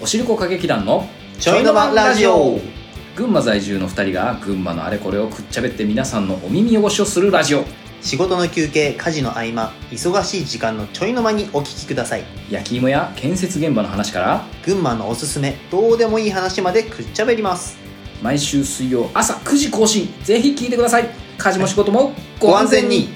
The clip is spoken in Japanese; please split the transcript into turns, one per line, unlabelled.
おしるこ歌劇団の
ちょいのまラジオ
群馬在住の2人が群馬のあれこれをくっちゃべって皆さんのお耳汚しをするラジオ
仕事の休憩家事の合間忙しい時間のちょいの間にお聞きください
焼き芋や建設現場の話から
群馬のおすすめどうでもいい話までくっちゃべります
毎週水曜朝9時更新ぜひ聞いてください家事も仕事も
ご安全に